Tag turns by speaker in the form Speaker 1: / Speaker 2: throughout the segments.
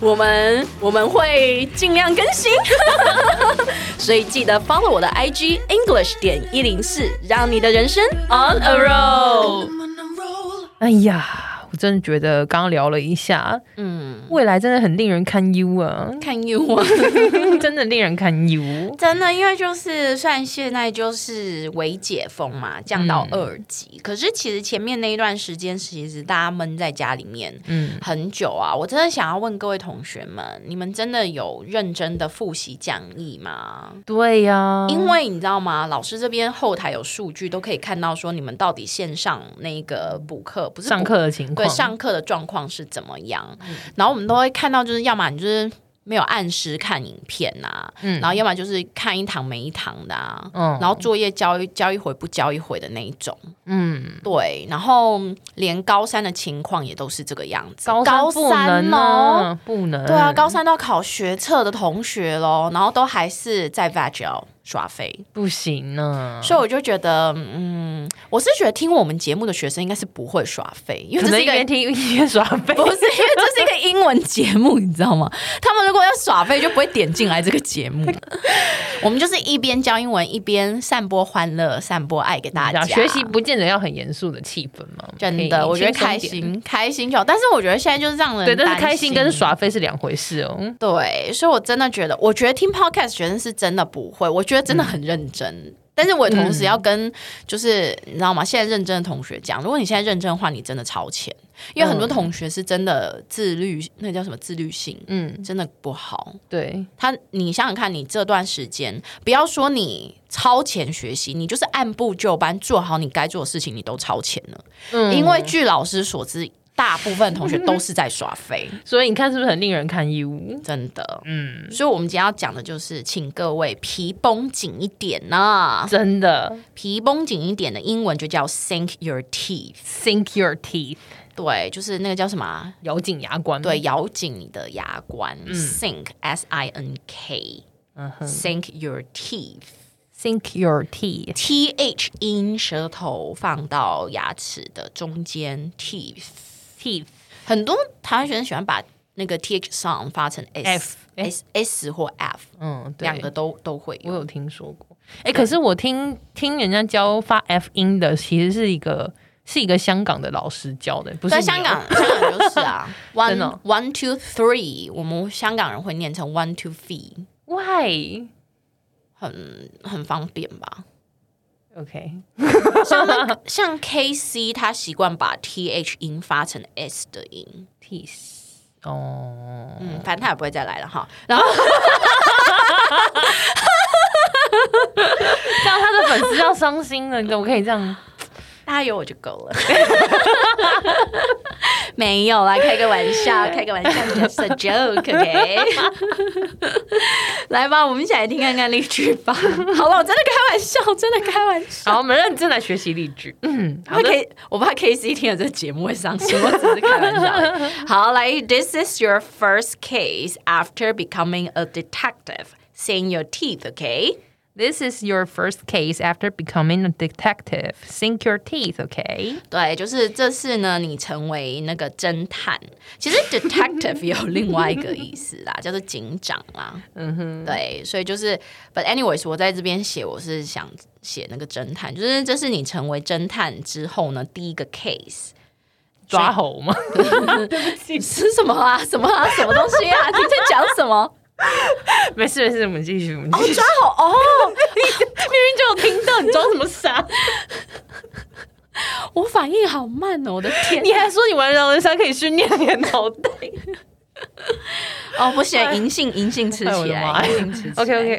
Speaker 1: 我们我们会尽量更新， 所以记得 follow 我的 IG English 点一零四，让你的人生 on a
Speaker 2: I'm
Speaker 1: roll。
Speaker 2: on a roll.
Speaker 3: 哎呀，我真的觉得刚刚聊了一下，
Speaker 1: 嗯，
Speaker 3: 未来真的很令人堪忧啊，
Speaker 1: 看 you 啊，
Speaker 3: 真的令人堪忧。
Speaker 1: 真的，因为就是虽然现在就是微解封嘛，降到
Speaker 3: 嗯
Speaker 1: 二级，可是其实前面那一段时间，其实大家闷在家里面，
Speaker 3: 嗯，
Speaker 1: 很久啊！我真的想要问各位同学们，你们真的有认真的复习讲义吗？
Speaker 3: 对呀、
Speaker 1: 因为你知道吗？老师这边后台有数据，都可以看到说你们到底线上那个补课不是补
Speaker 3: 上课的情况，嗯
Speaker 1: 对上课的状况是怎么样，然后我们都会看到，就是要么你就是没有按时看影片啊，
Speaker 3: 嗯
Speaker 1: 然后要么就是看一堂没一堂的啊，
Speaker 3: 嗯
Speaker 1: 然后作业交一交一回不交一回的那一种，
Speaker 3: 嗯，
Speaker 1: 对，然后连高三的情况也都是这个样子，
Speaker 3: 高三不能
Speaker 1: 哦。
Speaker 3: 啊，不能。
Speaker 1: 对啊，高三都要考学测的同学喽，然后都还是在 v a g l 耍废，
Speaker 3: 不行啊呢、
Speaker 1: 所以我就觉得，嗯，我是觉得听我们节目的学生应该是不会耍废，因为
Speaker 3: 可
Speaker 1: 这
Speaker 3: 能
Speaker 1: 是
Speaker 3: 一
Speaker 1: 一个
Speaker 3: 边听一边耍飞。
Speaker 1: 不是，因为这是一个英文节目，你知道吗？ 他们如果要耍废，就不会点进来这个节 目。我们就是一边教英文，一边散播欢乐、散播爱给大家。
Speaker 3: 嗯啊学习不见得要很严肃的气氛嘛，可
Speaker 1: 真
Speaker 3: 以
Speaker 1: 的，我觉得
Speaker 3: 轻松
Speaker 1: 开
Speaker 3: 点。
Speaker 1: 心，开心就好。但是我觉得现在就是让人
Speaker 3: 对，但是
Speaker 1: 担
Speaker 3: 开心跟耍飞是两回事哦。
Speaker 1: 对，所以我真的觉得，我觉得听 podcast 学生是真的不会，我觉得真
Speaker 3: 嗯
Speaker 1: 的很认真。但是我同时要跟，就是、你知道吗？现在认真的同学讲，如果你现在认真的话，你真的超前，因为很多
Speaker 3: 嗯
Speaker 1: 同学是真的自律，那叫什么自律性，
Speaker 3: 嗯，
Speaker 1: 真的不好。
Speaker 3: 对，
Speaker 1: 他，你想想看，你这段时间，不要说你超前学习，你就是按部就班做好你该做的事情，你都超前了。
Speaker 3: 嗯
Speaker 1: 因为据老师所知，大部分同学都是在耍废，
Speaker 3: 所以你看是不是很令人堪忧？
Speaker 1: 真的。
Speaker 3: 嗯，
Speaker 1: 所以，我们今天要讲的就是，请各位皮绷紧一点呐、
Speaker 3: 真的
Speaker 1: 皮绷紧一点的英文就叫 sink your teeth，
Speaker 3: ，sink your teeth，
Speaker 1: 对，就是那个叫什么啊？
Speaker 3: 咬紧牙关。
Speaker 1: 对，，咬紧你的牙关、s i n k s i n k，
Speaker 3: 嗯哼
Speaker 1: sink your teeth。
Speaker 3: ，sink your teeth，
Speaker 1: T H 音舌头放到牙齿的中间 teeth。
Speaker 3: teeth
Speaker 1: 很多台湾学生喜欢把那个 T H sound 发成 S
Speaker 3: F，诶
Speaker 1: S S 或 F，
Speaker 3: 嗯，对
Speaker 1: 两个都都会
Speaker 3: 我
Speaker 1: 有。
Speaker 3: 有听说过。哎、可是我听听人家教发 F 音的，其实是一个是一个香港的老师教的，不是
Speaker 1: 在
Speaker 3: 你
Speaker 1: 香
Speaker 3: 哦
Speaker 1: 港，香港就是 啊
Speaker 3: 真
Speaker 1: ，one
Speaker 3: 的哦
Speaker 1: one two three，我们香港人会念成 one two three，
Speaker 3: Why？
Speaker 1: 很很方便 吧？
Speaker 3: OK，
Speaker 1: 像那个像 K C，他习惯把 T H 音发成 S 的音，
Speaker 3: teeth 哦，
Speaker 1: 嗯，反正他也不会再来了哈。然 后
Speaker 3: 这样他的粉丝要伤心了，你怎么可以这 样？
Speaker 1: 大家有我就够了。 没有啦，开个玩 笑，开个玩笑，just a joke，OK？、来吧，我们一起来听看看例句吧。好了，我真的开玩笑，真的开玩笑。
Speaker 3: 好，我们认真来学习例句。嗯，好
Speaker 1: 我怕
Speaker 3: 的，
Speaker 1: K，我怕 K C 听了这节目会伤心，我只是开玩笑而已。好，来，This is your first case after becoming a detective. Sing your teeth, OK?
Speaker 3: This is your first case after becoming a detective. Sink your teeth, okay?
Speaker 1: 对，就是这次呢，你成为那个侦探。其实 detective 也有另外一个意思啦，叫做警长啦。嗯哼，对，所以就是，but anyways，我在这边写，我是想写那个侦探，就是这是你成为侦探之后呢，第一个 case
Speaker 3: 抓猴吗？
Speaker 1: 是什么啊？ 什么啊？什么东西啊？你在讲什 么？
Speaker 3: 没事没事，我们继续，我们继续。
Speaker 1: 抓好哦！
Speaker 3: 明明就有听到，你装什么傻？
Speaker 1: 我反应好慢哦，我的天！
Speaker 3: 你还说你玩狼人杀可以训练你的脑 袋
Speaker 1: 哦，不行，银杏银杏吃
Speaker 3: 哎我
Speaker 1: 起
Speaker 3: 的
Speaker 1: 来
Speaker 3: 妈呀
Speaker 1: 银杏吃起来
Speaker 3: ？OK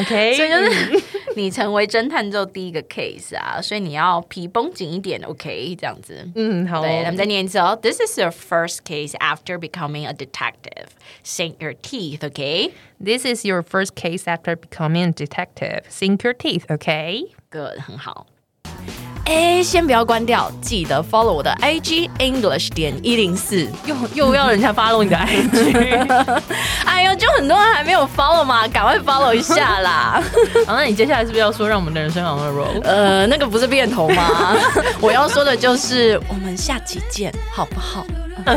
Speaker 3: OK
Speaker 1: 所以
Speaker 3: OK，
Speaker 1: 就是 你成为侦探之后第一个 case 啊，所以你要皮绷紧一点，OK，这样子。
Speaker 3: 嗯，好、
Speaker 1: 对，他们
Speaker 3: 哦。
Speaker 1: 再念一次哦。This is your first case after becoming a detective. Sink your teeth, OK?
Speaker 3: This is your first case after becoming a detective. Sink your teeth, OK?
Speaker 1: Good，很好。哎，先不要关掉，记得 follow 我的 IG English 点一零四。
Speaker 3: 又又要人家 follow 你的 IG，
Speaker 1: 哎呦，就很多人还没有 follow 嘛，赶快 follow 一下啦。
Speaker 3: 好，那你接下来是不是要说让我们的人生好好 roll？
Speaker 1: 呃，那个不是变头吗？ 我要说的就是，我们下期见，好不好？
Speaker 2: I